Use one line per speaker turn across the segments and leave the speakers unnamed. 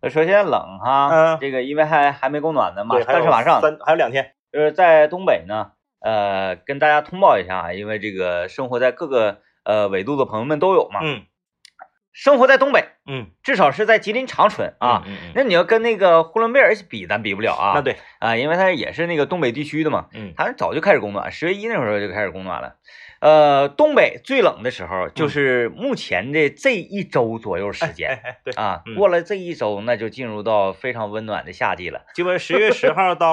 呃首先冷哈，
嗯
这个因为还还没供暖呢，马
对，还有
但是马上
三还有两天，
就是在东北呢，呃，跟大家通报一下啊，因为这个生活在各个呃纬度的朋友们都有嘛，
嗯
生活在东北，
嗯
至少是在吉林长春啊。
嗯嗯嗯
那你要跟那个呼伦贝尔比，咱比不了啊。
那对，
啊，因为它也是那个东北地区的嘛，
嗯
它早就开始供暖，十月一那时候就开始供暖了。呃，东北最冷的时候就是目前的这一周左右时间、
嗯哎对，
啊
嗯，
过了这一周，那就进入到非常温暖的夏季了。
基本十月十号到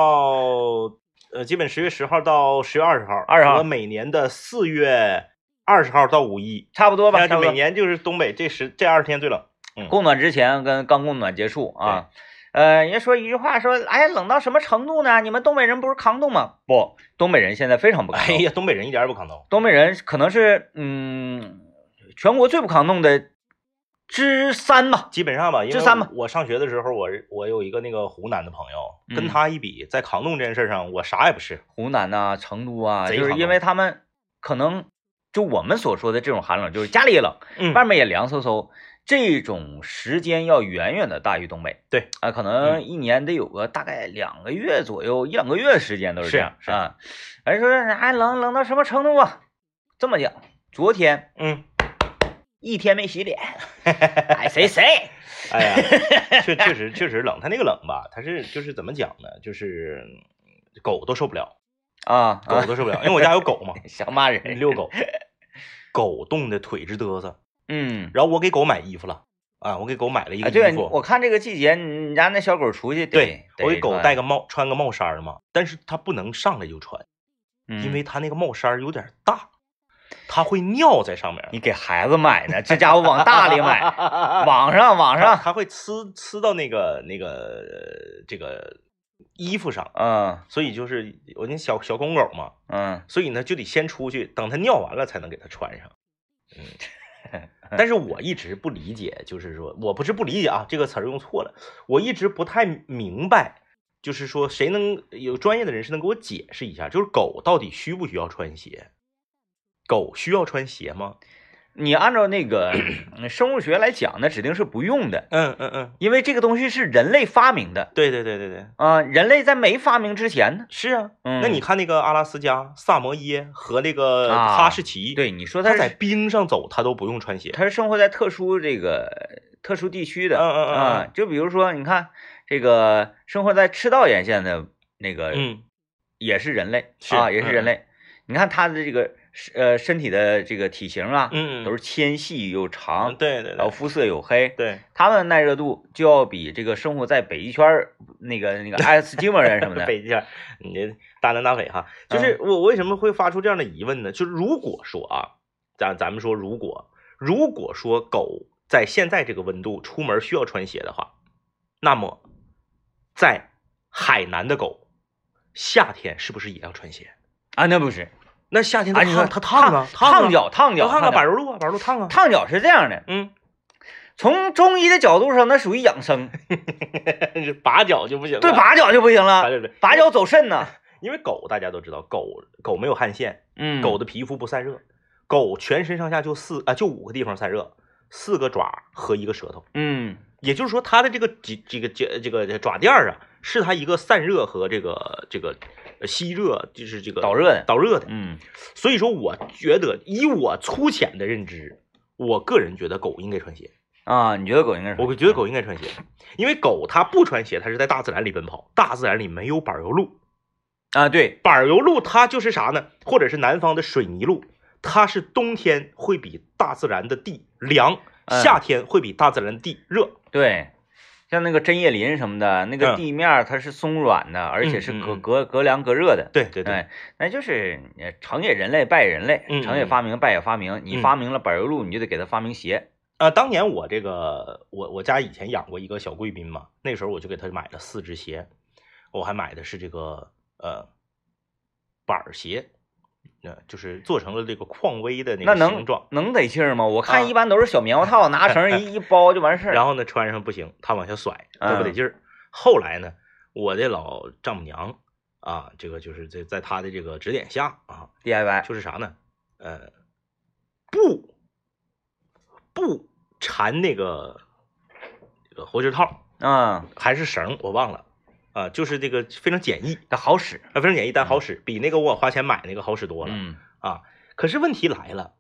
呃，基本十月十号到十月二十号，
20号
和每年的四月二十号到五一，
差不多吧，
那
差不
就每
多。
年就是东北这十这二十天最冷。
供暖之前跟刚供暖结束啊，呃，人家说一句话说，哎，冷到什么程度呢？你们东北人不是抗冻吗？不，东北人现在非常不抗
哎
冻，
呀，东北人一点也不抗冻。
东北人可能是嗯，全国最不抗冻的之三吧。
基本上吧，因为
这三吧
我上学的时候，我我有一个那个湖南的朋友，跟
嗯
他一比，在扛冻这件事上，我啥也不是。
湖南呐、成都啊，
贼
就是
寒
因为他们可能就我们所说的这种寒冷，就是家里也冷，
嗯
外面也凉飕飕，这种时间要远远的大于东北。
对嗯
啊，可能一年得有个大概两个月左右，一两个月时间都是这样
是是
啊。人说哎冷冷到什么程度啊？这么讲，昨天
嗯，
一天没 洗脸，哎谁谁，
哎呀，确确实确实冷。他那个冷吧，他是就是怎么讲呢？就是嗯狗都受不了，
啊
狗
啊，
都受不了，因为我家有狗 嘛，
想骂 人
遛狗，狗冻的腿直嘚瑟。
嗯。
然后我给狗买衣服了啊，我给狗买了一个
啊，对，
衣
你
服。
我看这个季节，你你家那小狗出去得，
对，我给
得
狗
穿
戴个帽，穿个帽衫儿嘛，但是它不能上来就穿，因
嗯
为它那个帽衫儿有点大，它会尿在上面儿。
你给孩子买呢，这家伙往 大里买， 网上网
它
上，
它会呲呲到那个那个呃这个衣服上，
嗯
所以就是我那小小公狗嘛，
嗯
所以呢就得先出去，等它尿完了才能给它穿上。 嗯，但是我一直不理解，就是说我不是不理解啊，这个词儿用错了，我一直不太明白。就是说，谁能有专业的人士能给我解释一下，就是狗到底需不需要穿鞋？狗需要穿鞋吗？
你按照那个嗯生物学来讲，那指定是不用的，
嗯嗯嗯，
因为这个东西是人类发明的
对对对对对，
啊、人类在没发明之前呢，
是啊，
嗯
那你看那个阿拉斯加、萨摩耶和那个
啊
哈士奇，，
对你说它
它在
是
冰上走，它都不用穿鞋。
它是生活在特殊这个特殊地区的，
嗯嗯嗯
啊、就比如说你看这个生活在赤道沿线的那个
嗯，
也是人类，
是
啊，也是人
嗯
类。你看它的这个呃身体的这个体型啊，
嗯嗯
都是纤细又长，
嗯对对
然后
对
肤色黝黑，
对，
它们的耐热度就要比这个生活在北极圈儿那个那个爱斯基摩人什么的，
北极嗯圈，你这大南大北哈，就是我我为什么会发出这样的疑问呢？就是如果说啊，咱咱们说如果如果说狗在现在这个温度出门需要穿鞋的话，那么在海南的狗夏天是不是也要穿鞋？
啊，那不是
那夏天
啊，
它
你说
烫，它烫啊，
烫
啊，
脚烫脚
烫
脚
啊，板，儿路啊，板儿路烫啊，
烫脚是这样的，
嗯。
从中医的角度上，那属于养生，
是 拔脚就不行了，
对拔脚就不行
拔
了，
脚对，
拔脚走肾 呐，
因为狗大家都知道，狗狗没有汗腺，
嗯，
狗的皮肤不散热，狗全身上下就四啊就五个地方散热，四个爪和一个舌头，
嗯
也就是说它的这个几这个这这个爪垫儿啊，是它一个散热和这个这个呃吸热，就是这个
导热的
导热的。
嗯，
所以说，我觉得以我粗浅的认知，我个人觉得狗应该穿鞋，
啊，你觉得狗应该是？
我觉得狗应该穿鞋，因为狗它不穿鞋，它是在大自然里奔跑，大自然里没有柏油路。
啊，对，
板儿油路它就是啥呢？或者是南方的水泥路，它是冬天会比大自然的地凉，
嗯
夏天会比大自然的地热。
对，像那个针叶林什么的，那个
嗯
地面儿它是松软的，而且是
嗯嗯
隔
嗯
隔隔凉隔热的。
对对对，
哎，那就是呃成也人类，败也人类
嗯，
成也
嗯
发明，败也发明。你
嗯
发明了柏油路，你就得给它发明鞋。
呃，当年我这个我我家以前养过一个小贵宾嘛，那时候我就给它买了四只鞋，我还买的是这个呃板儿鞋，呃，就是做成了这个匡威的那
那
个形
能
状。
能得气儿吗？我
啊
看一般都是小棉花套，拿绳儿 一一包就完事儿。
然
后
后呢，穿上不行，他往下甩，都不得劲儿。后来呢，我的老丈母娘啊，这个就是在在她的这个指点下啊，
DIY，
就是啥呢？呃，不不缠那个这个活鞋套，
啊，
还是绳儿，我忘了，啊，就是这个非常简易，
它好使。
啊，非常简易，但好使，比那个我花钱买那个好使多了
嗯，
啊。可是问题来了，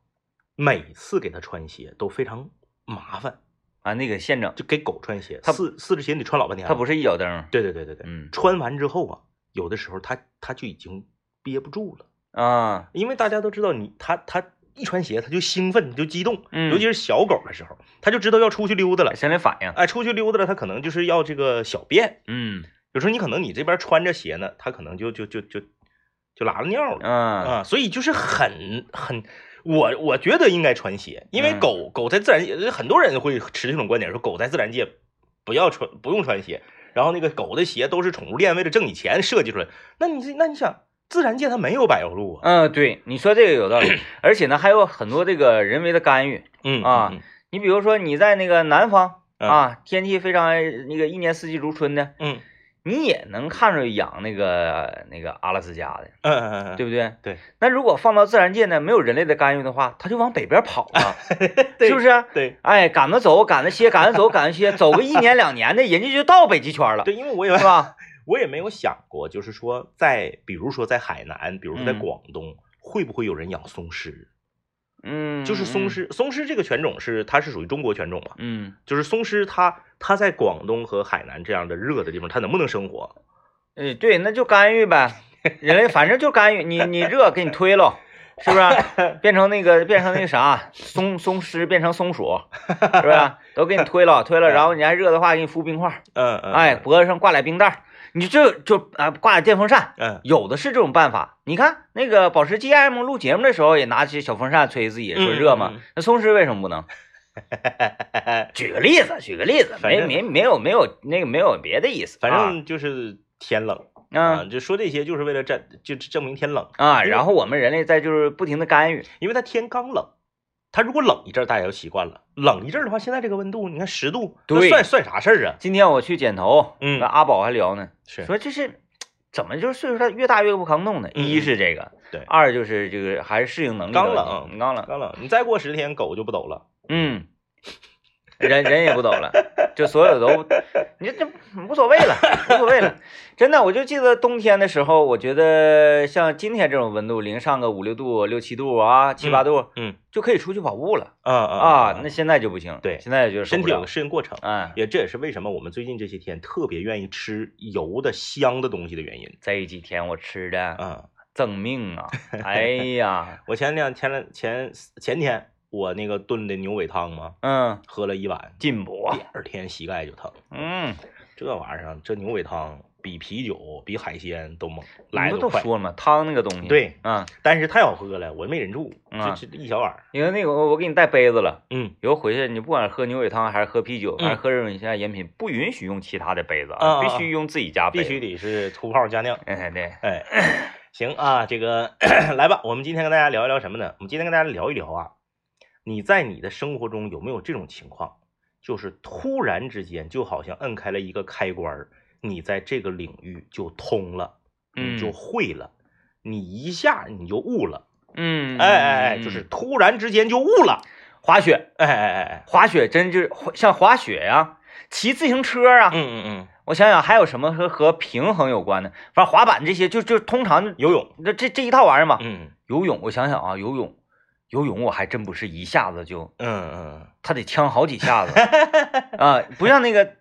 每次给它穿鞋都非常麻烦，
啊，那个现整，
就给狗穿鞋，
它
四四只鞋你穿老半天了，
它不是一脚蹬儿。
对对对对对，
嗯
穿完之后啊，有的时候它它就已经憋不住了，
啊，
因为大家都知道你它它一穿鞋它就兴奋，它就激动，
嗯
尤其是小狗的时候，它就知道要出去溜达了，
生理反应。
哎，出去溜达了，它可能就是要这个小便，
嗯
有时候你可能你这边穿着鞋呢，它可能就就就就就拉了尿了
啊，
啊，所以就是很很。我我觉得应该穿鞋，因为
嗯
狗狗在自然界，很多人会持这种观点，说狗在自然界不要穿，不用穿鞋。然后那个狗的鞋都是宠物店为了挣你钱设计出来。那你这那你想，自然界它没有柏油路啊，
嗯，对，你说这个有道 理，而且呢，还有很多这个人为的干预。
嗯
啊
嗯
你比如说你在那个南方
嗯
啊，天气非常那个一年四季如春的，
嗯
你也能看着养那个那个阿拉斯加的，
嗯嗯嗯嗯，
对不对？
对。
那如果放到自然界呢，没有人类的干预的话，它就往北边跑 了，
对
是不是？
对
哎，赶着走，赶着歇，赶着走，赶着歇，走个一年两年的，人家就到北极圈了，
对，因为我也
是吧？
我也没有想过，就是说在比如说在海南，比如说在
嗯
广东，会不会有人养松狮？
嗯，
就是松狮，松狮这个犬种是它是属于中国犬种嘛？
嗯，
就是松狮它它在广东和海南这样的热的地方，它能不能生活？
嗯，呃，对，那就干预呗，人类反正就干预，你你热给你推了。是不是变成那个变成那啥松松狮变成松鼠，是不是都给你推了 推了，然后你还热的话给你敷冰块，
嗯嗯，
哎，脖子上挂俩冰袋儿，你这就啊挂俩电风扇，
嗯
有的是这种办法。你看那个保时 GM 录节目的时候也拿起小风扇吹自己，说热嘛
嗯嗯嗯。
那松狮为什么不 能？
嗯，
举个例子，举个例子，
反
没
正
没没有没有那个没有别的意思，
反正就是天冷
啊
就说这些就是为了证，就证明天冷，
啊，然后我们人类在就是不停的干预，
因为它天刚冷，它如果冷一阵儿，大家就习惯了。冷一阵儿的话，现在这个温度，你看十度，那
对
算算啥事儿啊？
今天我去剪头，
嗯
跟阿宝还聊呢，
是
说这是怎么就是岁数大越大越不抗冻呢？
嗯
一是这个，
对
二就是这个还是适应能力的
刚
问题
冷嗯
刚冷，
刚冷，你再过十天狗就不抖了。
嗯，人人也不抖了，就所有都，你这无所谓了，无所谓了。真的，我就记得冬天的时候，我觉得像今天这种温度，零上个五六度、六七度啊、七八度、
嗯
就可以出去跑步了
啊
啊。那现在就不行，
对
现在就是
身体有个适应过程，
哎，
也这也是为什么我们最近这些天特别愿意吃油的香的东西的原因。
这几天我吃的
啊，
赠命 啊，哎呀，
我前两前两前前天我那个炖的牛尾汤嘛，
嗯，
喝了一碗，
进补，
第二天膝盖就疼。
嗯，
这玩意儿啊，这牛尾汤比啤酒、比海鲜都猛，来
你不
的
都
快。
说了吗？汤那个东西，
对，
啊，
但是太好喝了，我没忍住，
啊
就就一小碗儿。
因为那个我我给你带杯子了。
嗯，
以后回去，你不管喝牛尾汤还是喝啤酒，
嗯
还是喝这种以下饮品，不允许用其他的杯子
啊啊
必须用自己家杯
必
子。
须得是土炮加酿。
哎，对，
哎，行啊，这个 来吧，我们今天跟大家聊一聊什么呢？我们今天跟大家聊一聊啊，你在你的生活中有没有这种情况，就是突然之间就好像摁开了一个开关儿，你在这个领域就通了，
嗯
你就会了，你一下你就悟了，
嗯，
哎哎哎，就是突然之间就悟了，
滑雪，
哎哎哎哎，
滑雪真就是像滑雪呀、骑自行车啊，
嗯嗯嗯，
我想想还有什么和和平衡有关的，反正滑板这些就就通常
游泳，
这这这一套玩意儿嘛。
嗯
游泳，我想想啊，游泳，游泳我还真不是一下子就
嗯嗯，
他得呛好几下 子啊，不像那个，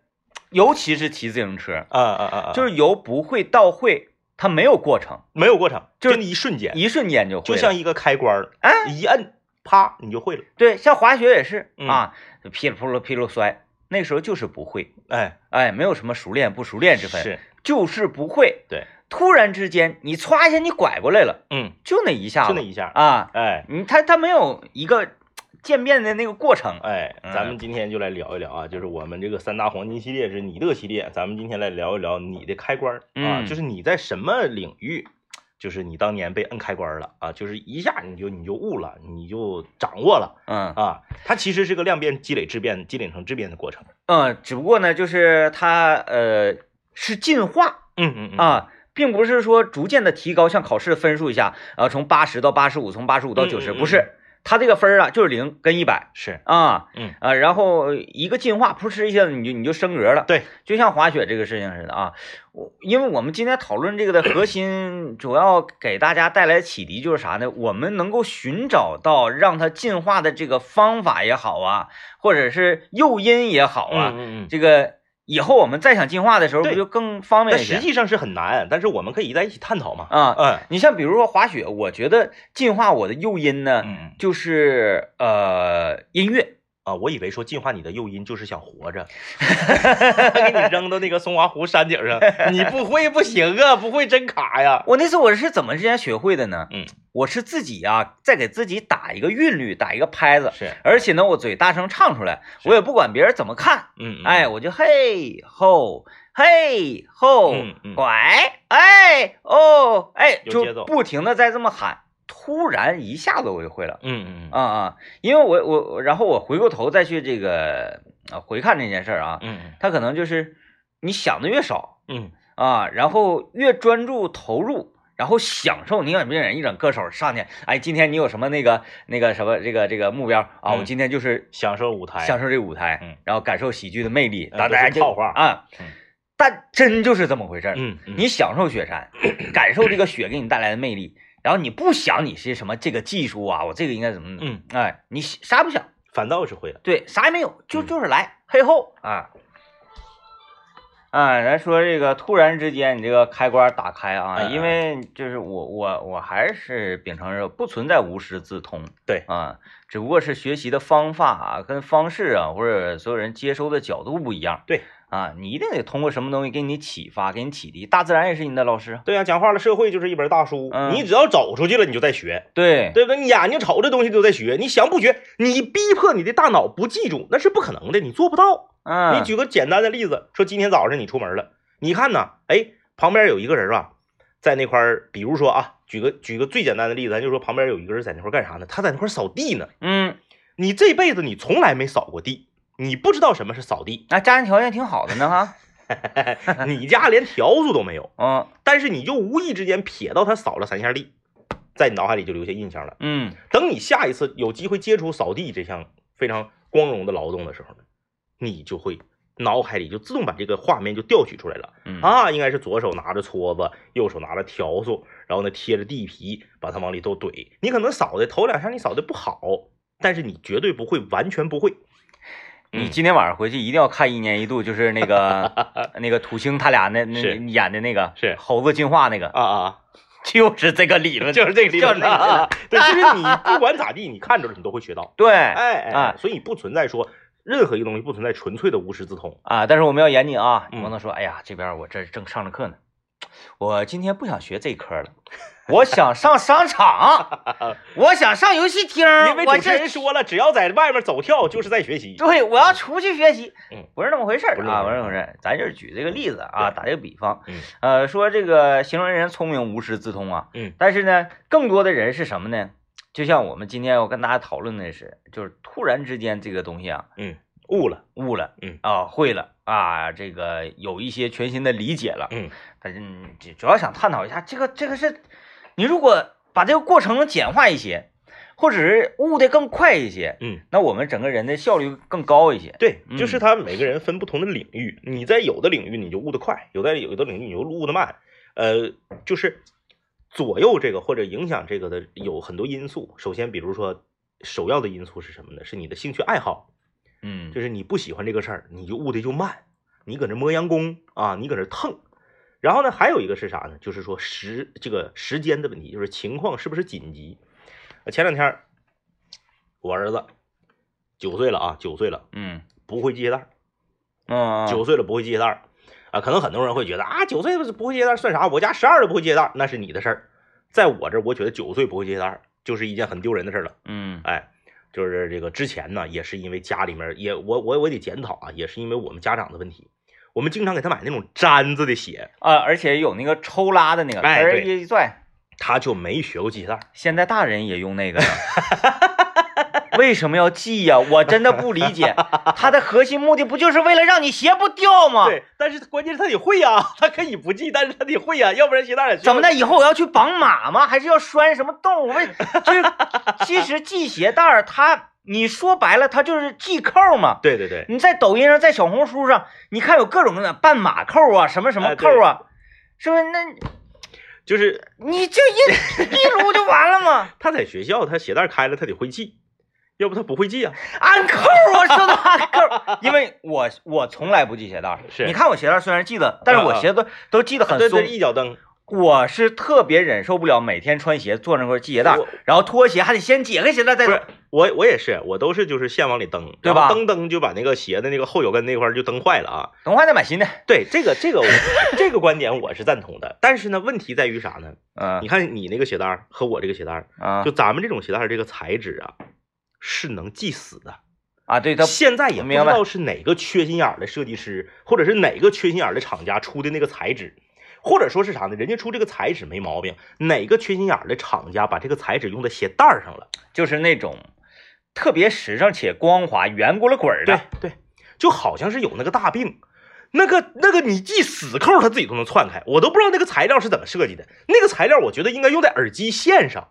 尤其是骑自行车，
啊啊啊啊，
就是是由不会到会，它没有过程，
没有过程，
就是
真的一瞬间，
一瞬间就会
就
了，
像一个开关儿，
哎
一摁，啪，你就会了，
对，像滑雪也是
嗯
啊，噼里扑噜噼里摔，那时候就是不会，
哎，
哎，没有什么熟练不熟练之分，
是，
就是不会。
对，
突然之间你歘一下你拐过来了，
嗯，
就那一下
就
子，
那一下，
啊，
哎
你他他没有一个渐变的那个过程，
哎，
嗯
咱们今天就来聊一聊啊，就是我们这个三大黄金系列是你的系列，咱们今天来聊一聊你的开关儿啊，
嗯
就是你在什么领域，就是你当年被摁开关儿了啊，就是一下你就你就悟了，你就掌握了
嗯
啊，它其实是个量变积累质变积累成质变的过程，
嗯，只不过呢，就是它呃是进化，
嗯嗯嗯，
啊，并不是说逐渐的提高，像考试分数一下，呃，从八十到八十五，从八十五到
嗯
九十，
嗯
不是，它这个分儿啊就是零跟一百
是，
啊，
嗯
啊，然后一个进化，扑哧一下子你就你就升格了，
对，
就像滑雪这个事情似的啊。我因为我们今天讨论这个的核心，主要给大家带来启迪就是啥呢？我们能够寻找到让它进化的这个方法也好啊，或者是诱因也好啊，
嗯嗯嗯。
这个以后我们再想进化的时候，
对
不就更方便
但
一些
实际上是很难，但是我们可以在一起探讨嘛。
啊？
嗯
你像比如说滑雪，我觉得进化我的诱因呢，
嗯
就是呃音乐。
啊，我以为说进化你的诱因就是想 活着，给你扔到那个松花湖山顶上，你不会不行啊，不会真 卡呀。
我那次我是怎么之前学会的呢？
嗯，
我是自己啊，再给自己打一个韵律，打一个拍子，
是，
而且呢，我嘴大声唱出来，
是
我也不管别人怎么看，
嗯，嗯
哎，，我就嘿吼嘿吼
嗯嗯
拐哎哦哎，
有节
就
奏
不停的在这么喊，突然一下子我就会了。
嗯嗯嗯
啊啊！因为我我我然后我回过头再去这个啊回看这件事儿啊，
嗯
他可能就是你想的越少
嗯
啊，然后越专注投入，然后享受。你看别人一整歌手上去，哎，今天你有什么那个那个什么这个这个目标啊？
嗯
我今天就是
享受舞台，
享受这个舞台，
嗯
然后感受喜剧的魅力。
嗯
大
不是
家就
套话
啊
嗯，
但真就是这么回事儿。
嗯，嗯
你享受雪山，感受这个雪给你带来的魅力，然后你不想你是什么这个技术啊，我这个应该怎么？
嗯，
哎，你啥不想？
反倒是会了。
对，啥也没有，就
嗯
就是来、嘿吼啊啊！咱说这个突然之间你这个开关打开啊，
嗯嗯
因为就是我我我还是秉承着不存在无师自通，
对
啊，只不过是学习的方法啊、跟方式啊，或者所有人接收的角度不一样，
对
啊，你一定得通过什么东西给你启发，给你启迪，大自然也是你的老师，
对啊呀、讲话了，社会就是一本大书，
嗯
你只要走出去了，你就在学，
对
对不对？你眼睛瞅着东西就在学，你想不学，你逼迫你的大脑不记住，那是不可能的，你做不到。
嗯，
你举个简单的例子，说今天早上你出门了，你看呐，哎，旁边有一个人啊，在那块儿，比如说啊，举个举个最简单的例子，咱就说旁边有一个人在那块儿干啥呢？他在那块儿扫地呢。
嗯，
你这辈子你从来没扫过地，你不知道什么是扫地，
那、家庭条件挺好的呢哈，
你家连笤帚都没有，
嗯
但是你就无意之间瞥到他扫了三下地，在你脑海里就留下印象了。
嗯，
等你下一次有机会接触扫地这项非常光荣的劳动的时候呢，你就会脑海里就自动把这个画面就调取出来了。
嗯，
啊，应该是左手拿着撮子，右手拿着笤帚，然后呢贴着地皮，把它往里头怼。你可能扫的头两下你扫的不好，但是你绝对不会完全不会。
你
嗯
今天晚上回去一定要看一年一度，就是那 个那个土星他俩那那
是
演的那个
是
猴子进化那个，
啊啊，
就是这个理论，
就是这个理
就
论
是这个理论
啊。对，就是你 不管咋地，你看着你都会学到。
对
哎
啊
哎，所以不存在说任何一个东西不存在纯粹的无师自通。
啊，但是我们要严谨啊，你
嗯
不能说哎呀这边我这正上着课呢，我今天不想学这科了，我想上商 场，我想上游戏厅，
因为
我
主持
这
人说了，只要在外面走跳就是在学习。
对我要出去学习
嗯，
不是那么回事儿
不是
啊，
那
不
么
是那
回事
么回事儿，咱就是举这个例子啊，
对
打这个比方，
嗯
呃，说这个形容人聪明无师自通啊，
嗯，
但是呢，更多的人是什么呢？就像我们今天要跟大家讨论的是，就是突然之间这个东西啊，
嗯，悟了。
悟了，
嗯
啊，会了啊，这个有一些全新的理解了，
嗯，
但是嗯主主要想探讨一下这个这个是，你如果把这个过程简化一些，或者是悟的更快一些，
嗯，
那我们整个人的效率更高一些，
对，
嗯
就是他每个人分不同的领域，你在有的领域你就悟得快，有在有的领域你就悟得慢，呃，就是左右这个或者影响这个的有很多因素。首先，比如说首要的因素是什么呢？是你的兴趣爱好，
嗯，
就是你不喜欢这个事儿，你就悟的就慢，你搁那磨洋工啊，你搁那腾。然后呢，还有一个是啥呢？就是说时这个时间的问题，就是情况是不是紧急。呃前两天儿我儿子九岁了啊，九岁了
嗯
不会系鞋带儿。
嗯，
九岁了不会系鞋带儿啊，可能很多人会觉得啊，九岁不会系鞋带儿算啥？我家十二都不会系鞋带儿，那是你的事儿。在我这儿，我觉得九岁不会系鞋带儿就是一件很丢人的事儿了。
嗯
哎，就是这个之前呢，也是因为家里面也我我我得检讨啊，也是因为我们家长的问题，我们经常给他买那种毡子的鞋，
啊，而且有那个抽拉的那个，
哎
嘚儿
对
一拽，
他就没学过系鞋带儿。
现在大人也用那个了，为什么要系呀、我真的不理解，它的核心目的不就是为了让你鞋不掉吗？
对，但是关键是他得会呀、他可以不系，但是他得会呀、要不然鞋带儿
怎么的？以后我要去绑马吗？还是要拴什么动物？为就是，其实系鞋带儿，它你说白了，它就是系扣嘛。
对对对，
你在抖音上，在小红书上，你看有各种的半马扣啊，什么什么扣啊，是不是？那
就是
你就一一撸就完了吗？
他在学校，他鞋带开了，他得会系，要不他不会系啊。
按扣，我说的按扣，因为我我从来不系鞋带儿。
是啊
你看我鞋带儿虽然系的，但是我鞋都都系的很
对
松
对，。一脚蹬，
我是特别忍受不了每天穿鞋坐那块儿系鞋带儿
我，
然后脱鞋还得先解开鞋带再
不是我我也是，我都是就是先往里蹬，
对
然后
吧
蹬蹬就把那个鞋的那个后脚跟那块儿就蹬坏了啊。
等会儿再买新的。
对这个这个我这个观点我是赞同的，但是呢，问题在于啥呢？
嗯
你看你那个鞋带儿和我这个鞋带儿，
啊
就咱们这种鞋带儿这个材质啊，是能系死的。
啊，对它
现在也不知
明白
道是哪个缺心眼儿的设计师，或者是哪个缺心眼儿的厂家出的那个材质，或者说是啥呢？人家出这个材质没毛病，哪个缺心眼儿的厂家把这个材质用在鞋带儿上了？
就是那种特别时尚且光滑、圆咕噜滚儿的。
对，就好像是有那个大病，那个那个你系死扣，它自己都能窜开，我都不知道那个材料是怎么设计的。那个材料我觉得应该用在耳机线上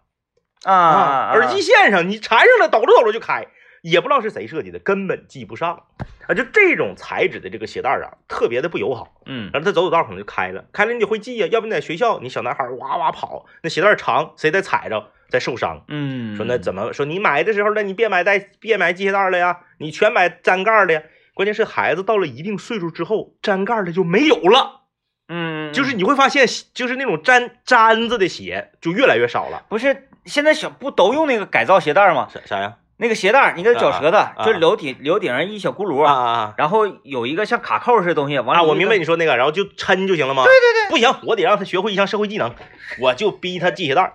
啊，
耳机线上你缠上了，抖着抖着就开。也不知道是谁设计的，根本系不上啊！就这种材质的这个鞋带儿啊，特别的不友好。
嗯，
然后他走走道可能就开了，开了你得会系呀，要不你在学校你小男孩哇哇跑，那鞋带儿长，谁再踩着再受伤。
嗯，
说那怎么说？你买的时候呢，你别买带，别买系鞋带儿了呀，你全买粘盖儿的呀。关键是孩子到了一定岁数之后，粘盖儿的就没有了，
嗯，
就是你会发现，就是那种粘粘子的鞋就越来越少了。
不是现在小不都用那个改造鞋带儿吗？
啥啥呀？
那个鞋带儿，你给它绞折
啊
的，
啊
就楼顶楼顶上一小轱辘，
啊啊啊！
然后有一个像卡扣似的东西，完了
啊，
一
我
个，
明白你说那个，然后就抻就行了吗？对对对，不行，我得让他学会一项社会技能，我就逼他系鞋带儿，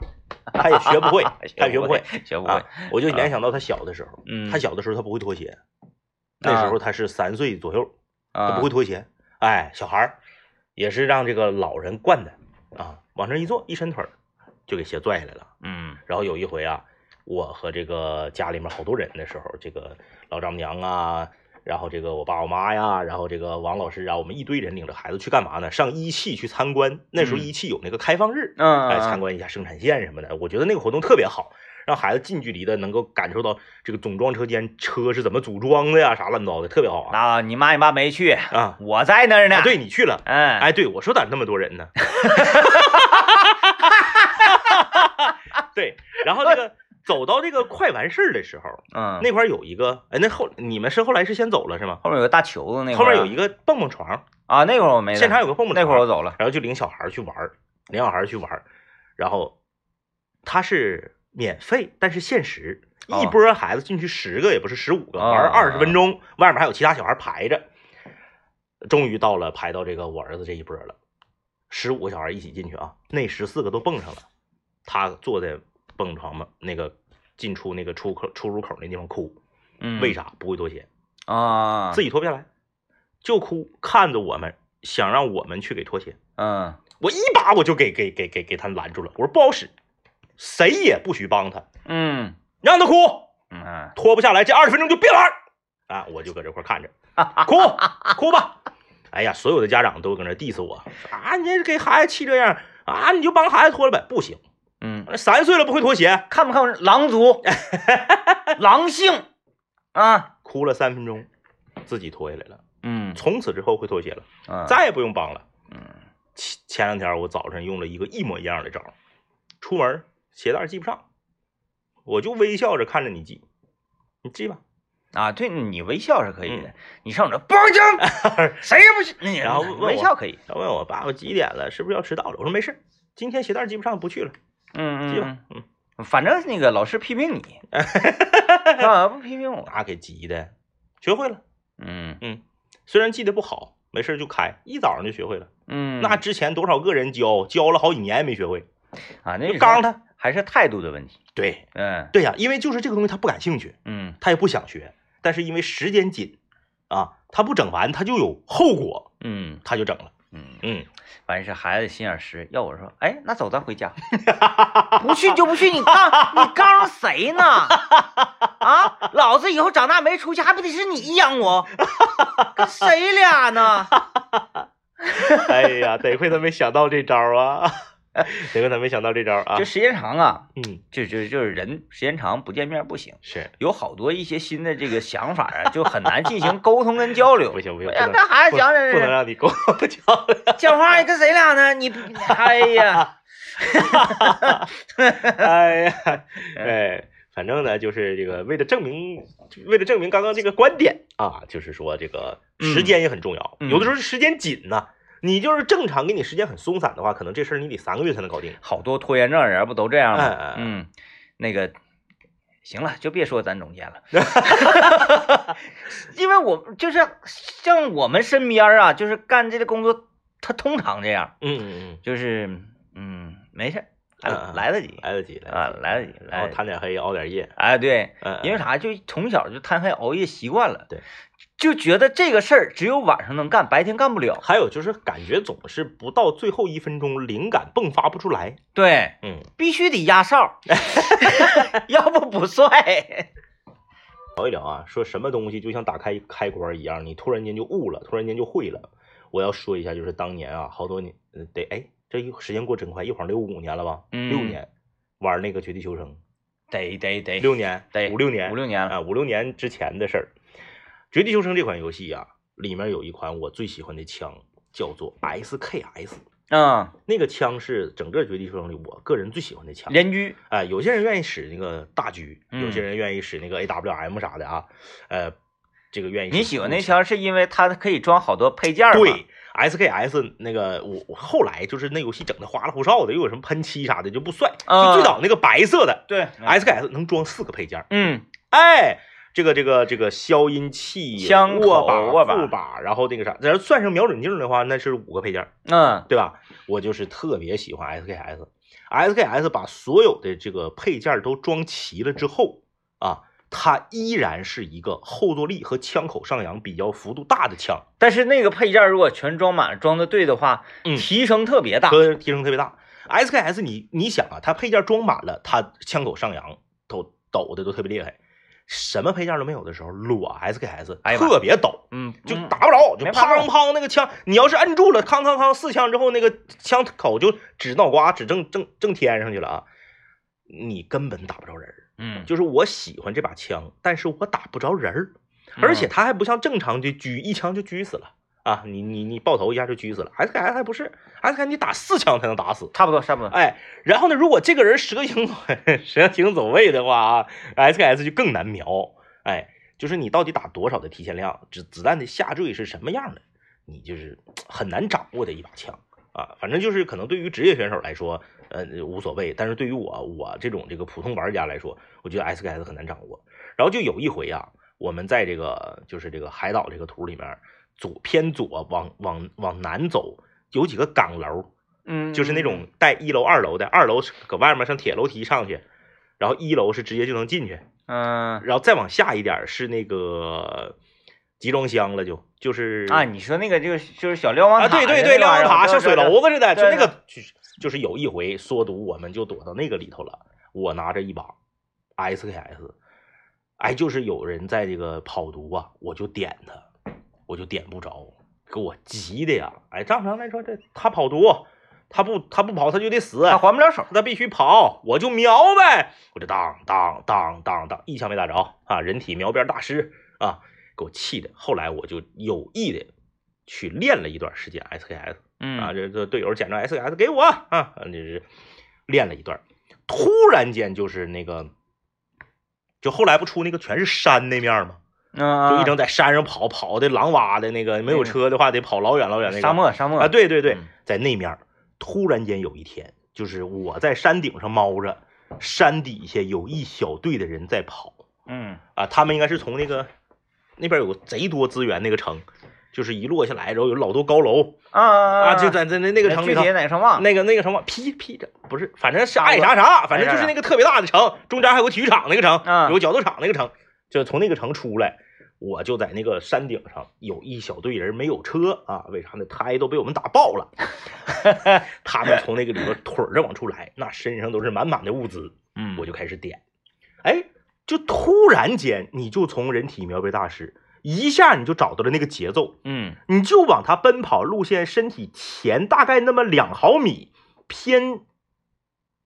他也 学不会他也学不会，
哎学不会
啊。，我就联想到他小的时候，
嗯，
他小的时候他不会脱鞋，那时候他是三岁左右，他
啊
不会脱鞋。哎，小孩儿也是让这个老人惯的啊，往这一坐，一伸腿儿就给鞋拽下来了。
嗯
然后有一回啊，我和这个家里面好多人的时候，这个老丈母娘啊，然后这个我爸我妈呀，然后这个王老师啊，我们一堆人领着孩子去干嘛呢？上一汽去参观，那时候
嗯
一汽有那个开放日，
嗯，
哎，参观一下生产线什么的。我觉得那个活动特别好，让孩子近距离的能够感受到这个总装车间车是怎么组装的呀，啥乱糟的，特别好啊
那你妈你爸没去，
啊！
我在那儿呢。
啊，，对你去了。
嗯，
哎，对我说咋那么多 人呢？对，然后这个走到这个快完事儿的时候，
嗯，
那块儿有一个，哎，那后你们是后来是先走了是吗？
后面有个大球子，那
后面有
个
一个蹦蹦床，
啊，那会儿我没在
现场有个蹦蹦床，
那会儿我走了，
然后就领小孩儿去玩儿，领小孩儿去玩儿，然后他是免费，但是限时，
哦
一波孩子进去十个也不是十五个，玩
啊啊
二十分钟，外面还有其他小孩排着。终于到了排到这个我儿子这一波了，十五个小孩一起进去啊，那十四个都蹦上了，他坐在蹦床嘛那个进出那个出口出入口那地方哭，
嗯，
为啥不会脱鞋？
啊？
自己脱不下来，就哭，看着我们，想让我们去给脱鞋。
嗯
我一把我就给给给给给他拦住了，我说不好使，谁也不许帮他，
嗯
让他哭，
嗯
脱不下来，这二十分钟就别玩儿啊！我就搁这块儿看着，哭哭吧。哎呀，所有的家长都搁那 diss 我说啊，你这给孩子气这样啊，你就帮孩子脱了呗，不行，
嗯，
三岁了不会脱鞋，
看不看狼 族，狼性啊？
哭了三分钟，自己脱下来了，
嗯
从此之后会脱鞋了，
嗯，
再也不用帮了。
嗯
前前两天我早上用了一个一模一样的招儿，出门鞋带儿系不上，我就微笑着看着你系，你系吧。
啊，对你微笑是可以的，你上我这不 让讲，谁也不许，那你
嗯啊然后问我
微笑可以，
他问我爸爸几点了，是不是要迟到了？我说没事儿，今天鞋带儿系不上，不去了，
嗯
系
嗯
吧。嗯，
嗯，反正那个老师批评 你，干嘛不批评我？
那给急的，学会了。
嗯
虽然系的不好，没事儿就开，一早上就学会了。
嗯，
那之前多少个人教，教了好几年没学会，
啊，那
就刚
他
他。
还是态度的问题。
对
嗯
对呀、因为就是这个东西他不感兴趣，
嗯
他也不想学，但是因为时间紧啊，他不整完他就有后果，
嗯
他就整了。
嗯，
嗯，
反正是孩子心眼实。要我说，哎，那走，咱回 家。不去就不去，你杠你杠上谁呢？啊，老子以后长大没出息，还不得是你养我？跟谁俩 呢？
哎呀，得亏他没想到这招儿啊， 得亏他没想到这招儿啊
就，时间长啊，
嗯，
就就就是人时间长不见面不行，
是
有好多一些新的这个想法啊， 就很难进行沟通跟交流
不。行不行，
哎呀
不能
那孩子
不
想
能不能
想
让你沟 通交流，
讲话跟谁俩呢？你哎 呀，
哎呀， 哎。反正呢，就是这个为了证明，为了证明刚刚这个观点啊，就是说这个时间也很重要。
嗯
有的时候时间紧呐，你就是正常给你时间很松散的话，可能这事儿你得三个月才能搞定。
好多拖延症人不都这样
哎
吗？
哎哎
嗯，那个，行了，就别说咱中 间了，因为我就是像我们身边啊，就是干这个工作，他通常这样，
嗯嗯
就是嗯，没事儿，还
嗯嗯
来得及
嗯，来得及，来得
啊，来得及，
及，然
来
后
得及。
贪点黑，熬点夜，
哎，对，
嗯，
因为啥？就从小就贪黑熬夜习惯了，
对，
就觉得这个事儿只有晚上能干，白天干不了。
还有就是感觉总是不到最后一分钟，灵感迸发不出来。
对，
嗯，
必须得压 哨，要不不帅。
聊一聊啊，说什么东西就像打开开关一样，你突然间就悟了，突然间就会了。我要说一下，就是当年啊，好多年呃得哎，这一时间过真快，一晃六五年了吧？
嗯
六年玩那个绝地求生，
得得哎得，
六年，
对
五六年，
五六年了。
啊，五六年之前的事儿。绝地求生这款游戏啊，里面有一款我最喜欢的枪，叫做 SKS。
嗯，
那个枪是整个绝地求生里我个人最喜欢的枪，
人居，
哎，有些人愿意使那个大狙，
嗯
有些人愿意使那个 AWM 啥的啊，呃，这个愿意使
你喜欢那
步
枪是因为它可以装好多配件儿吗？
对 SKS 那个我我后来就是那游戏整的花里胡哨的，又有什么喷漆啥的就不帅，
啊
就最早那个白色的
对
SKS 能装四个配件儿，
嗯
哎。这个这个这个消音器、
枪口
握把、
握把
副把，然后那个啥，咱算上瞄准镜的话，那是五个配件儿，
嗯
对吧？我就是特别喜欢 SKS。SKS 把所有的这个配件都装齐了之后啊，它依然是一个后坐力和枪口上扬比较幅度大的枪，
但是那个配件儿如果全装满，装的对的话，
嗯
提升特别大。
和提升特别大。SKS 你你想啊，它配件装满了，它枪口上扬都抖的都特别厉害，什么配件都没有的时候裸 SKS
哎呀妈
特别抖。
嗯，
就
嗯
打不着，就
没法
砰砰那个枪，你要是摁住了，康康康四枪之后，那个枪口就指脑瓜，指正正正天上去了啊！你根本打不着人儿。
嗯，
就是我喜欢这把枪，但是我打不着人儿，
嗯
而且它还不像正常的狙，一枪就狙死了啊！你你你爆头一下就狙死了，S K S 还不是，S K 你打四枪才能打死。
差不多差不多。
哎，然后呢，如果这个人蛇形 蛇形走位的话啊，S K S 就更难瞄。哎，就是你到底打多少的提前量，子子弹的下坠是什么样的，你就是很难掌握的一把枪啊。反正就是可能对于职业选手来说，呃，无所谓，但是对于我我这种这个普通玩家来说，我觉得 S K S 很难掌握。然后就有一回啊，我们在这个就是这个海岛这个图里面，左偏左往往往南走，有几个岗楼。
嗯，
就是那种带一楼、二楼的，二楼是搁外面上铁楼梯上去，然后一楼是直接就能进去，
嗯，
然后再往下一点儿是那个集装箱了就，就是
啊，你说那个就是就是小瞭望塔
啊，
似的
对
那玩意儿，
对对，瞭望塔像水
对。
楼子似的，就
对
那个就是就是有一回缩毒，我们就躲到那个里头了。我拿着一把 SKS，哎，就是有人在这个跑毒啊，我就点他，我就点不着，给我急的呀！哎，正常来说，这他跑毒，他不他不跑他就得死，啊
他还不了手，
他必须跑，我就瞄呗，我就当当当当当，一枪没打着啊！人体瞄边大师啊，给我气的。后来我就有意的去练了一段时间 SKS 啊，
嗯，
这这队友捡着 SKS 给我啊，这是练了一段，突然间就是那个，就后来不出那个全是山那面吗？啊就
就
一整在山上跑，跑的狼哇的那个，没有车的话得跑老远老远那个
哎沙漠沙漠
啊，对对对
嗯，
在那面儿突然间有一天，就是我在山顶上猫着，山底下有一小队的人在跑
嗯
啊，他们应该是从那个那边有个贼多资源那个城，就是一落下来，然后有老多高楼
啊
啊，
啊
就在在那那
那
个城
具
里头
体。哪城忘了？
那个那个什么披披着不是，反正是
差啊不多
爱啥啥，反正就
爱啥
是
啥
那个特别大的城，中间还有个体育场那个城，
啊
有个角斗场那个城，就从那个城出来，我就在那个山顶上有一小队人没有车啊，为啥呢？胎都被我们打 爆了，他们从那个里边腿着往出来，那身上都是满满的物资，
嗯，
我就开始点，哎，就突然间你就从人体描绘大师一下你就找到了那个节奏，
嗯
你就往他奔跑路线身体前大概那么两毫米偏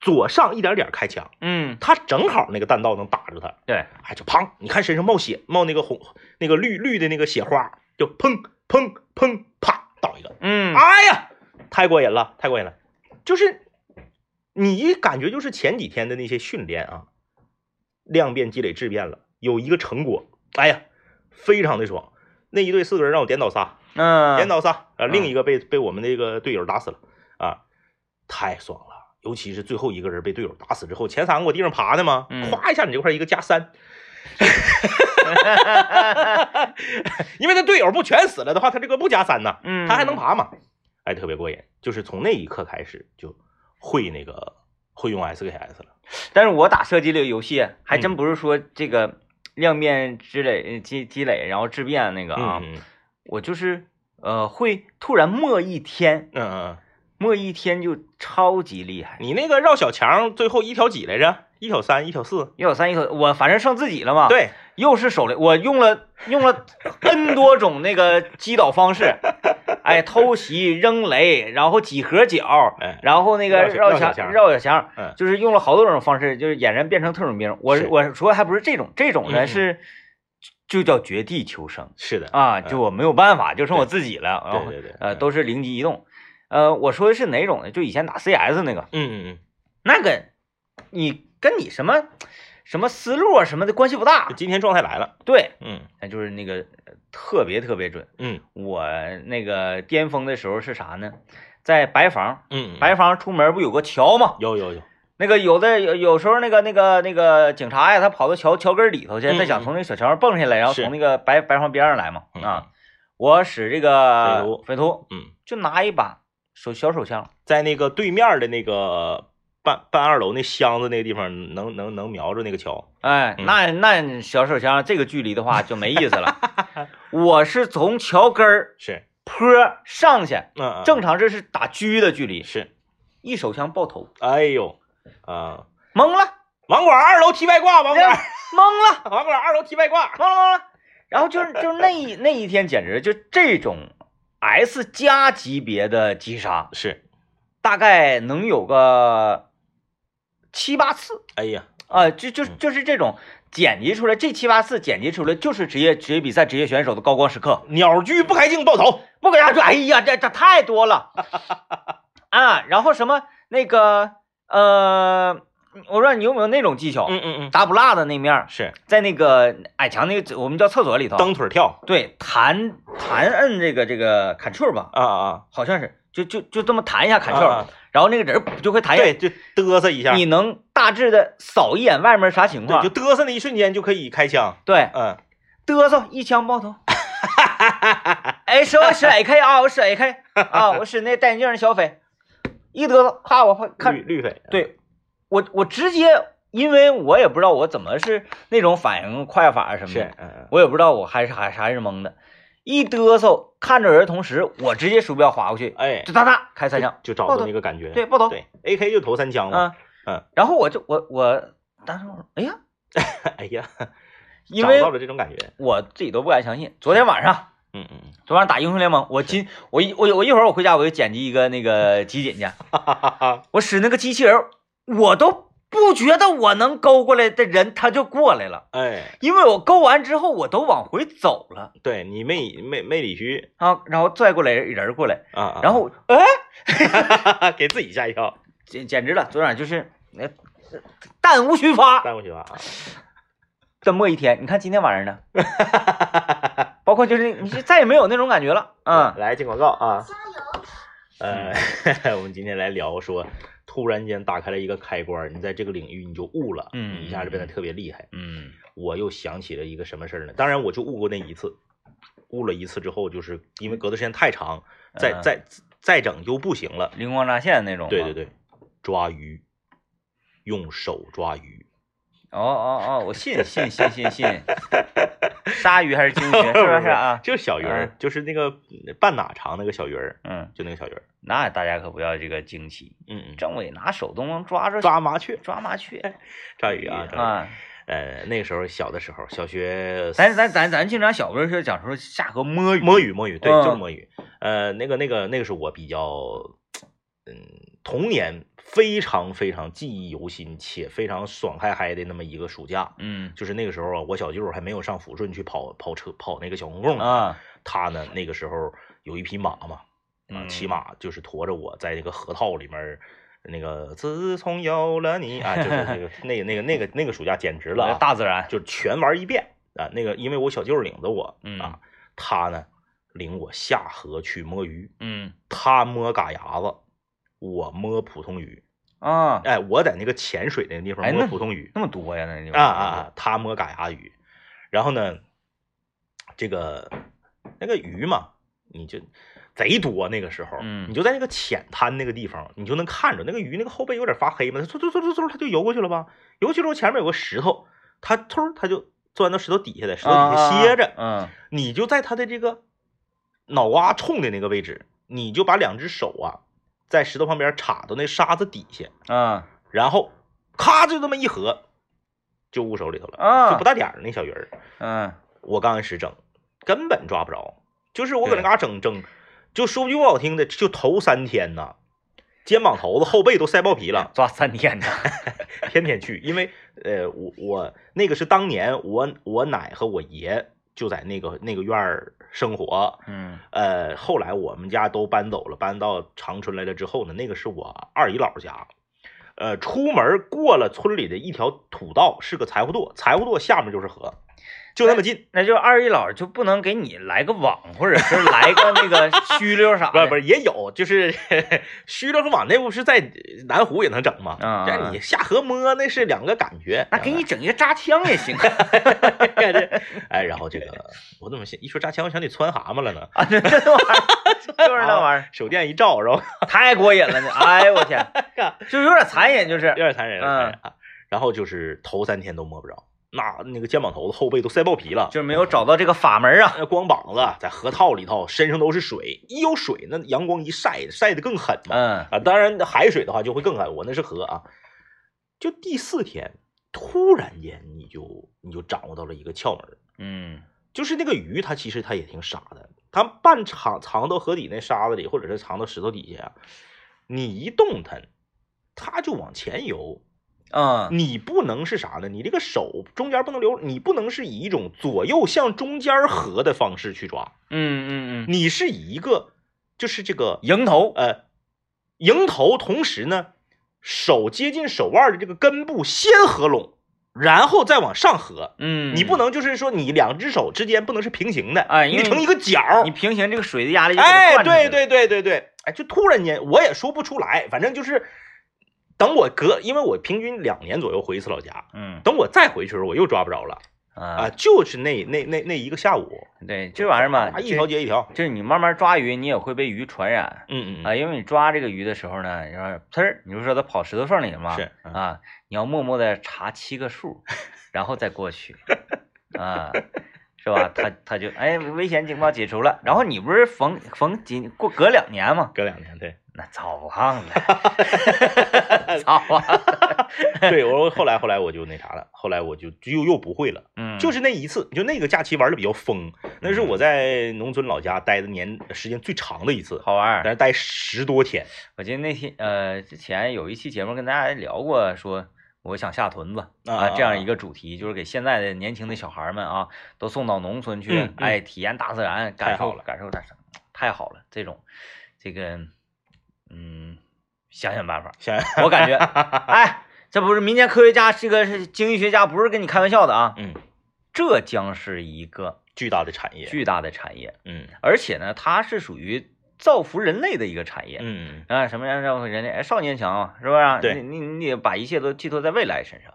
左上一点点开枪，
嗯，
他正好那个弹道能打着他，
对，
哎，就砰！你看身上冒血，冒那个红、那个绿绿的那个血花，就砰砰砰，啪倒一个。
嗯
哎呀，太过瘾了，太过瘾了！就是你感觉就是前几天的那些训练啊，量变积累质变了，有一个成果，哎呀，非常的爽。那一队四个人让我点倒仨，
嗯，
点倒仨，呃，
嗯
另一个被被我们那个队友打死了啊，太爽了！尤其是最后一个人被队友打死之后，前三个我地上爬呢嘛，
嗯
咵一下你这块一个加三，因为他队友不全死了的话，他这个不加三呐，
嗯，
他还能爬嘛，哎，特别过瘾。就是从那一刻开始就会那个会用 SKS 了，
但是我打射击类游戏还真
嗯
不是说这个量变积累呃积积累，然后质变那个啊，
嗯嗯
我就是呃会突然默一天，
嗯嗯，
默一天就超级厉害。
你那个绕小强最后一条几来着？一挑三，一挑四，
一口三一口，我反正剩自己了嘛。，
对，
又是手雷，我用了用了 N 多种那个击倒方 式，哎，偷袭、扔雷，然后几何角，
哎，
然后那个
绕
绕墙
小绕小墙
绕小墙，
嗯
就是用了好多种方式，就是俨然变成特种兵。我
是
我说还不是这种，这种
嗯嗯
呢是就叫绝地求生
是的，
啊，
嗯
就我没有办法，就剩我自己了。然后
对对对，
呃，
嗯
都是灵机一动。呃，我说的是哪种呢？就以前打 CS 那个，
嗯嗯嗯。
那个你跟你什么什么思路啊什么的关系不大
就。嗯今天状态来了，
对，
嗯
那就是那个呃特别特别准。
嗯
我那个巅峰的时候是啥呢？在白房，
嗯，
白房出门不有个桥吗？
有有有，
那个有的有有时候那个那个那个警察呀，他跑到桥桥根儿里头去，
嗯
他想从那个小桥上蹦下来，然后
是
从那个白白房边上来嘛。
嗯
啊，我使这
匪
个
徒
匪徒，
嗯，
就拿一把手小手枪，
在那个对面的那个半半二楼那箱子那个地方，能能能瞄着那个桥，
哎，
嗯
那那小手枪这个距离的话就没意思了。 我是从桥根儿
是，
坡上去，
嗯，
正常这是打狙的距离，
是，
一手枪爆头，
哎呦，啊，
懵了，
网管二楼踢外挂，网管
哎懵了，
网管二楼踢外挂，
懵了，懵了。然后就是就是那一 那一天，简直就这种 S 加级别的击杀，
是，
大概能有个七八次
哎呀，
啊、就就就是这种剪辑出来，这七八次剪辑出来就是职业职业比赛职业选手的高光时刻。
鸟居不开镜爆头，
不给大家说，哎呀，这这太多了啊！然后什么那个呃，我不知道你有没有那种技巧，
嗯嗯嗯，
达不辣的那面儿
是
在那个矮墙那个我们叫厕所里头，
蹬腿跳，
对弹弹摁这个这个 Ctrl 吧，
啊啊，
好像是就就就这么弹一下 Ctrl，、
啊
然后那个人儿就会弹一下
对，就嘚瑟一下，
哎你能大致的扫一眼外面啥情
对，
况
就，嘚瑟那一瞬间就可以开枪，
对，
嗯，
嘚瑟一枪爆 头。哎，是我使 AK 啊，我使 AK 啊，我使那戴眼镜的小匪，一嘚瑟，啪，我看
绿，绿匪，
对我我直接，因为我也不知道我怎么是那种反应快法什么
是
的，，
嗯嗯，
我也不知道我还是还是还是懵的，一嘚瑟看着人，同时我直接鼠标划过去，
哎，
就哒哒开三枪，
就找
爆
到
头
那个感觉，
对，爆哦头，
对，AK 嗯就投三枪嘛。
啊，然后我就我我当时我说，哎呀，
哎呀，
因为
找到了这种感觉，
我自己都不敢相信，昨天晚上。
嗯嗯
昨晚上打英雄联盟，我今我一我我一会儿我回家我就剪辑一个那个集锦去，
嗯，
我使那个机器人儿，我都不觉得我能勾过来的人他就过来了，
哎，
因为我勾完之后我都往回走了
对你没没没理虚
啊，然后拽过来人过来，
啊，啊
然后哎，
给自己吓一跳，
简简直了，昨晚就是那弹无虚发
三过去吧啊，
的末一天，你看今天晚上呢，包括就是你就再也没有那种感觉了，嗯
来进广告啊，呃， 我们今天来聊说，突然间打开了一个开关，你在这个领域你就悟了，
嗯
你一下就变得特别厉害。
嗯
我又想起了一个什么事儿呢？当然我就悟过那一次，悟了一次之后，就是因为隔的时间太长，再
嗯
再再整就不行了。
灵光乍现那种，
对对，对，抓鱼，用手抓鱼。
哦哦哦，我信信信信 信，鲨鱼还是
哦
鲸鱼？是不是啊？
就是小鱼儿，就是那个嗯半哪长那个小鱼儿，
嗯，
就那个小鱼儿。
那大家可不要这个惊奇，
嗯
政委拿手都能抓住
嗯，抓麻雀，
抓麻雀
抓鱼啊，抓鱼。
啊！
呃，那个时候小的时候，小学
咱咱咱咱经常小的时候讲说下河摸鱼，
摸鱼摸鱼，对，
嗯
就是摸鱼。呃，那个那个那个是我比较，嗯，童年非常非常记忆犹新且非常爽嗨嗨的那么一个暑假。
嗯
就是那个时候啊，我小舅还没有上抚顺去跑跑车跑那个小公共呢，
啊，
他呢那个时候有一匹马嘛，啊，
嗯
骑马就是驮着我在那个河套里面儿，那个自从有了你啊，就是 那个那个那个那
嗯
个那个暑假简直了、啊，
大自然，
就全玩一遍啊。那个因为我小舅领着我
嗯
啊，他呢领我下河去摸鱼，
嗯
他摸嘎牙子，我摸普通鱼，
啊，
哎，我在那个潜水那个地
哎
方
那
摸普通鱼，
那么多呀，那地
啊
方
啊啊，他摸嘎牙鱼，然后呢，这个那个鱼嘛，你就贼多那个时候，
嗯
你就在那个浅滩那个地方，你就能看着那个鱼那个后背有点发黑嘛，它嗖嗖嗖嗖嗖，它就游过去了吧，游过去之后前面有个石头，它突它就钻到石头底下在石头底下歇着，
嗯
你就在它的这个脑瓜冲的那个位置，你就把两只手啊在石头旁边插到那沙子底下，
啊
然后咔就这么一合，就捂手里头了，
啊，
就不大点儿那小鱼儿。
嗯
我刚开始整，根本抓不着，就是我搁那嘎整整，就说句不好听的，就头三天呐，肩膀头子后背都晒爆 皮了，
抓三天呢，
天天去，因为呃，我我那个是当年我我奶和我爷就在那个那个院儿生活，
嗯
呃，后来我们家都搬走了，搬到长春来了之后呢，那个是我二姨姥姥家。呃，出门过了村里的一条土道，是个柴火垛，柴火垛下面就是河，就那么近。
那就二一老就不能给你来个网，或者是来个那个虚溜啥
不是不
的？
是也有，就是 虚了和网那不是在南湖也能整吗？
啊
这你下河摸那是两个感觉。
那给你整一个扎枪也 行
哎，然后这个我怎么想一说扎枪，我想起窜蛤蟆了呢？
啊，这这玩意儿就是那玩意
手电一照，然后
儿，太过瘾了呢！哎我天， 就有点残忍，就
有
是
点残忍，有点残忍
嗯
啊。然后就是头三天都摸不着，那那个肩膀头子后背都晒爆皮了，
就是没有找到这个法门啊。
那光膀子在河套里头，身上都是水，一有水那阳光一晒，晒得更狠嘛。
嗯
啊，当然海水的话就会更狠，我那是河啊。就第四天，突然间你就你就掌握到了一个窍门儿，
嗯
就是那个鱼它其实它也挺傻的，它半藏藏到河底那沙子里，或者是藏到石头底下啊，你一动它，它就往前游。
嗯
你不能是啥呢？你这个手中间不能留，你不能是以一种左右向中间合的方式去抓，
嗯嗯嗯，
你是以一个就是这个
迎头
呃，迎头，同时呢，手接近手腕的这个根部先合拢，然后再往上合。
嗯，
你不能就是说你两只手之间不能是平行的，
哎因为
你成一个角儿。
你平行这个水的压力就给它
哎，
灌出去了
对，对对对对，哎，就突然间我也说不出来，反正就是等我隔，因为我平均两年左右回一次老家，
嗯
等我再回去的时候我又抓不着了啊、
啊
就是那那那那一个下午，
对，这玩意儿嘛，
啊一
这
条接一条，
就是你慢慢抓鱼，你也会被鱼传染
嗯嗯
啊，因为你抓这个鱼的时候呢，然后呲儿，你就说它跑石头缝里了
嗯，
嘛，
是，嗯
啊，你要默默的查七个数，然后再过去，啊，是吧？它它就哎，危险警报解除了，然后你不是逢逢几过隔两年吗？
隔两年对。
那早忘了， 早忘了，
对我后来后来我就那啥了，后来我就就又又不会了，
嗯，
就是那一次，就那个假期玩的比较疯，那是我在农村老家待的年时间最长的一次，
好玩
在
儿。
那待十多天。
我记得那天呃，之前有一期节目跟大家聊过，说我想下屯子
啊
啊，这
啊
样一个主题，就是给现在的年轻的小孩儿们啊，都送到农村去，
嗯嗯
哎，体验大自然，感
太好
受
了
感受大自然，太好了。这种，这个，嗯，想想办法。
想
我感 觉，哎，这不是民间科学家，这个是经济学家，不是跟你开玩笑的啊。
嗯，
这将是一个
巨大的产业，
巨大的产业，
嗯
而且呢，它是属于造福人类的一个产业。
嗯
啊，什么样让人家哎少年强啊，是不是啊？
对
你你你得把一切都寄托在未来身上。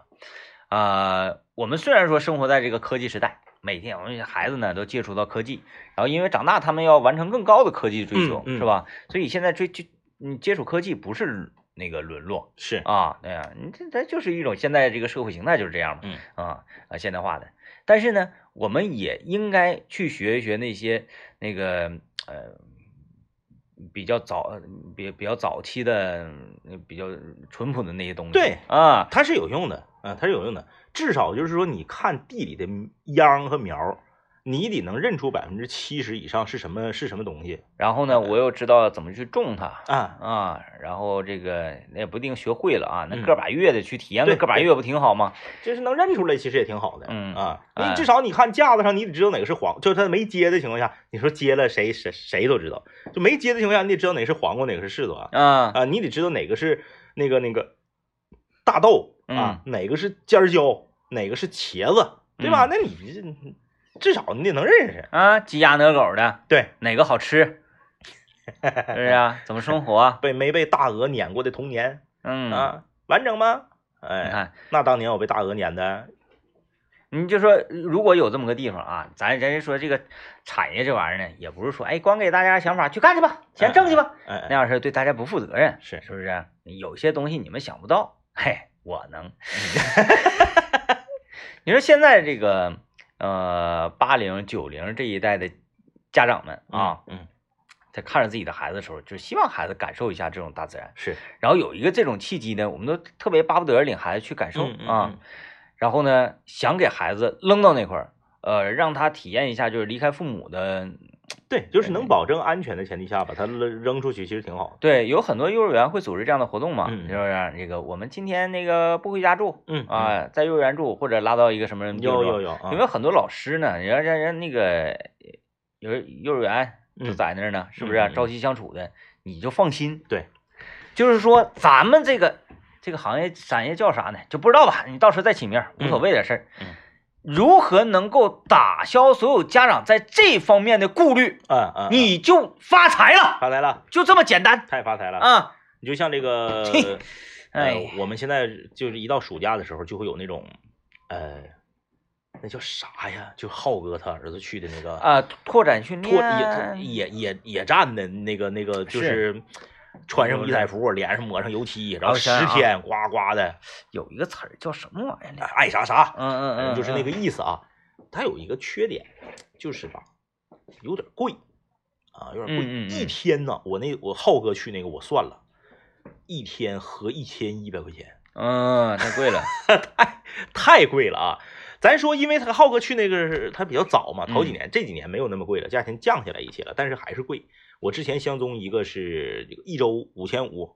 啊、我们虽然说生活在这个科技时代，每天我们孩子呢都接触到科技，然后因为长大他们要完成更高的科技追求，
嗯嗯
是吧？所以现在追就你接触科技不是那个沦落
是，
啊，对呀，你这这就是一种现在这个社会形态就是这样嘛，
嗯
啊啊现代化的。但是呢，我们也应该去学一学那些那个呃比较早、比比较早期的、嗯比较淳朴的那些东西。
对
啊，
它是有用的，嗯、它是有用的。至少就是说，你看地里的秧和苗儿，你得能认出百分之七十以上是什么是什么东西
然后
嗯
呢，我又知道怎么去种它。
啊。
啊，然后这个那也不一定学会了啊，那
嗯
个把月的去体验
对
个个把月不挺好吗？
就是能认出来，其实也挺好的。
嗯
啊，
哎
你至少你看架子上，你得知道哪个是黄，就是它没接的情况下，你说接了谁谁谁都知道，就没接的情况下，你得知道哪个是黄瓜，哪个是柿子啊，
啊，
啊，你得知道哪个是那个那个大豆啊，哪个是尖椒，哪个是茄子，对吧？
嗯
那你这至少你得能认识，
啊，鸡鸭鹅狗的
对，
哪个好 吃？是不是啊？怎么生活？
被没被大鹅撵过的童年
嗯，
啊，完整吗？
你
哎，
看，
那当年我被大鹅撵的，
你就说如果有这么个地方啊，咱咱就说这个产业这玩意儿呢，也不是说哎光给大家想法去干去吧，钱挣去吧，
哎，
那
哎
样是对大家不负责任，
是
是不是？有些东西你们想不到，嘿，我能。
嗯
你说现在这个呃八零九零这一代的家长们啊，，
嗯，
在看着自己的孩子的时候，就希望孩子感受一下这种大自然。
是
然后有一个这种契机呢，我们都特别巴不得领孩子去感受
嗯嗯
啊。
嗯
然后呢，想给孩子扔到那块儿，呃，让他体验一下就是离开父母的。
对，就是能保证安全的前提下，把它扔扔出去，其实挺好的。
对，有很多幼儿园会组织这样的活动嘛，
嗯
是不是？这个我们今天那个不回家住
嗯，
啊，在幼儿园住，或者拉到一个什么地方
有有有，啊
因为很多老师呢，人家人家那个有幼儿园就
嗯
在那儿呢，是不是、
嗯嗯嗯
朝夕相处的，你就放心。
对，
就是说咱们这个这个行业产业叫啥呢？就不知道吧，你到时候再起名儿，无所谓的事儿。
嗯嗯
如何能够打消所有家长在这方面的顾虑，
啊啊，
你就发财了，
发财了，
就这么简单
太发财了！
啊！，
你就像这个呃
哎
我们现在就是一到暑假的时候，就会有那种，呃，那叫啥呀？就浩哥他儿子去的那个
啊，拓展训
拓
练
野野野野战的那个那个，就是穿上迷彩服，脸上抹上油漆，然后
我
十
想想啊
天呱呱的，
有一个词儿叫什么玩意儿来着？
爱啥啥，
嗯嗯嗯，
反正就是那
个
个意思啊。它有一个缺点，就是吧，有点贵啊，有点贵。
嗯嗯嗯
一天呢，我那我浩哥去那个我算了，一天合一千一百块钱，
嗯，太贵了，
太太贵了啊！咱说，因为他浩哥去那个是他比较早嘛，
嗯
头几年、这几年没有那么贵了，价钱降下来一些了，但是还是贵。我之前相中一个是这个一周五千五，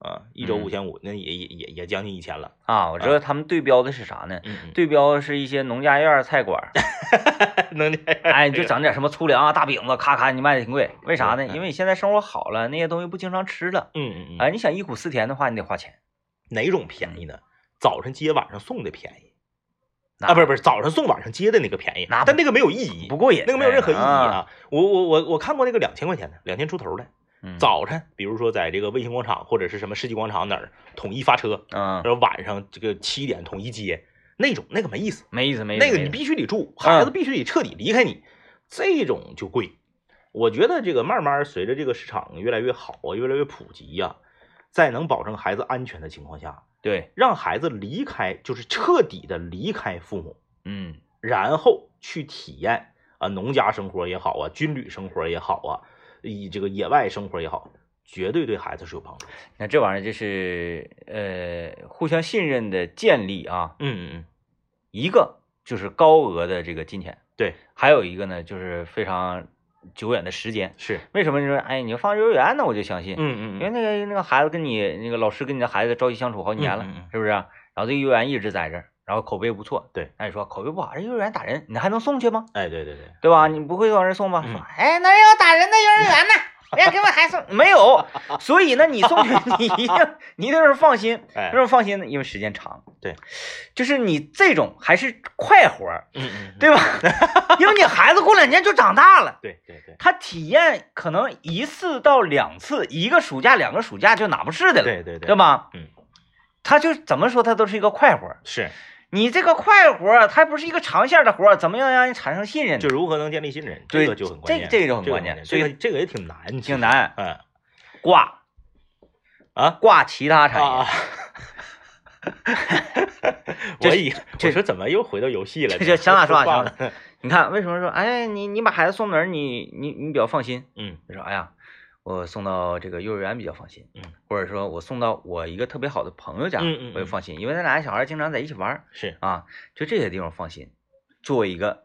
啊，一周
嗯
五千五，那也也也也将近一千了。
啊，我知道他们对标的是啥呢？
嗯嗯，
对标是一些农家院儿菜馆 儿，
能这样
哎，你就整点什么粗粮啊、大饼子，咔咔，你卖的挺贵。为啥呢？
嗯
因为你现在生活好了，那些东西不经常吃了。
嗯 嗯嗯，
哎，你想忆苦思甜的话，你得花钱
哪种便宜呢？早上接晚上送的便宜
嗯那
啊，不是不是，早上送晚上接的那个便宜，
那不
但那个没有意义，
不过瘾，
那个没有任何意义
啊。
啊！我我我我看过那个两千块钱的，两千出头的，
嗯，
早晨，比如说在这个卫星广场或者是什么世纪广场哪儿统一发车，
嗯，
然后晚上这个七点统一接那种，那个没意思，
没意思，没意思。
那个
没
你
意思嗯
必须得住，孩子必须得彻底离开你，这种就贵。我觉得这个慢慢随着这个市场越来越好啊，越来越普及呀、在能保证孩子安全的情况下，
对，
让孩子离开，就是彻底的离开父母，
嗯
然后去体验啊农家生活也好啊，军旅生活也好啊，以这个野外生活也好，绝对对孩子是有帮助的。
那这玩意儿就是呃，互相信任的建立啊。
嗯嗯嗯，
一个就是高额的这个金钱，
对，
还有一个呢就是非常久远的时间。
是，
为什么你说哎，你放幼儿园那我就相信，
嗯
因
嗯
为
嗯，
那个那个孩子跟你那个老师跟你的孩子朝夕相处好几年了，
嗯嗯嗯
是不是、然后这个幼儿园一直在这儿，然后口碑不错。
对，
那你说口碑不好，这幼儿园打人，你还能送去吗？
哎，对对对，
对吧？你不会往这送吧？
嗯
说哎，哪有打人的幼儿园呢？人家给我孩子送没有，所以呢，你送去你一定你一定是放心，
哎
为什么放心呢？因为时间长。
对，
就是你这种还是快活儿，
嗯嗯，
对吧？因为你孩子过两年就长大了。
对对对
他体验可能一次到两次，一个暑假、两个暑假就哪不是的了，
对对对，
对吗？
嗯，
他就怎么说，他都是一个快活儿。
是，
你这个快活儿，它不是一个长线的活儿，怎么样让人产生信任呢？
就如何能建立信任，
对
这个就很关
这这个
键，这
就
个
很关键
嗯这个这个也挺难，其实
挺难
嗯，
挂，
啊
挂其他产业，
啊！
这
我以
这
我说怎么又回到游戏了？
这这想咋说咋
挂
想
了。
你看为什么说哎你你把孩子送哪儿你你你比较放心？
嗯
就说哎呀，我送到这个幼儿园比较放心，
嗯，
或者说我送到我一个特别好的朋友家，
嗯嗯嗯
我也放心，因为咱俩小孩经常在一起玩儿
是
啊，就这些地方放心。作为一个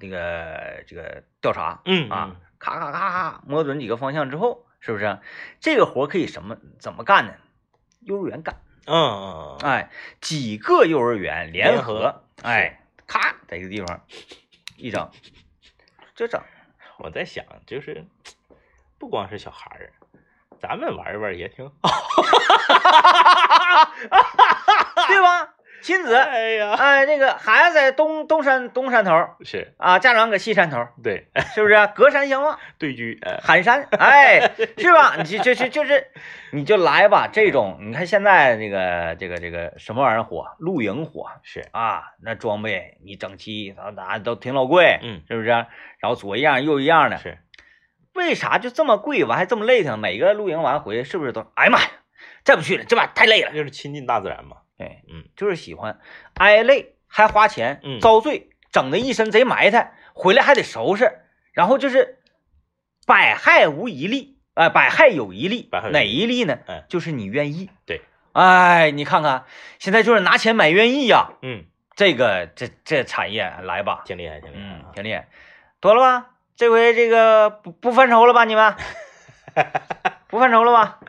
这个这个调查，
嗯
啊，咔咔咔咔摸准几个方向之后，是不是这个活儿可以什么怎么干呢？幼儿园干，
嗯嗯嗯嗯
哎，几个幼儿园联
联合
合，哎，咔在一个地方一整，就整，
我在想就是不光是小孩儿，咱们玩一玩也 挺好。
对吧？亲 子。
哎呀，
哎，这个孩子在东东山东山头儿
是
啊，家长搁西山头儿，
对哎
是不是、隔山相望，
对狙， 哎
喊山，哎，是 吧？你就就就就是，你就来吧。这种你看现在这个这个这个什么玩意儿火，露营火
是
啊，那装备你整齐，啥啥都挺老贵，
嗯
是不是？然后左一样右一样的，
是，
为啥就这么贵？完还这么累挺？每个露营完回去是不是都？哎呀妈呀，再不去了，这把太累了。
就是亲近大自然嘛。
哎，
嗯，
就是喜欢挨累，还花钱，
嗯
遭罪，整的一身贼埋汰，回来还得收拾，然后就是百害无一利，啊、百害有一利
百害，有一利
哪一利呢？
哎
就是你愿意。
对，
哎，你看看，现在就是拿钱买愿意呀、
嗯，
这个这这产业来吧，
挺厉害，挺厉害啊。
挺厉害，妥了吧？这回这个不不犯愁了吧？你们不犯愁了吧？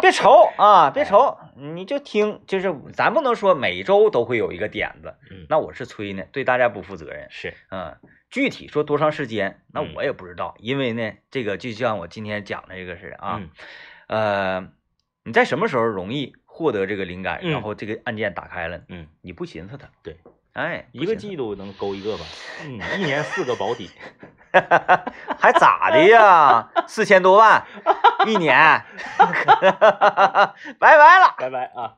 别愁啊，别愁，你就听，就是咱不能说每周都会有一个点子，
嗯
那我是吹呢，对大家不负责任，
是，
嗯。具体说多长时间，那
嗯
我也不知道，因为呢，这个就像我今天讲的这个是啊，
嗯
呃，你在什么时候容易获得这个灵感，
嗯
然后这个按键打开了，
嗯，
你不寻思它，
对，
哎，不
一个
寻思
季度能勾一个吧？嗯，一年四个保底。
还咋的呀？ 四千多万一年，拜拜了。
拜拜啊。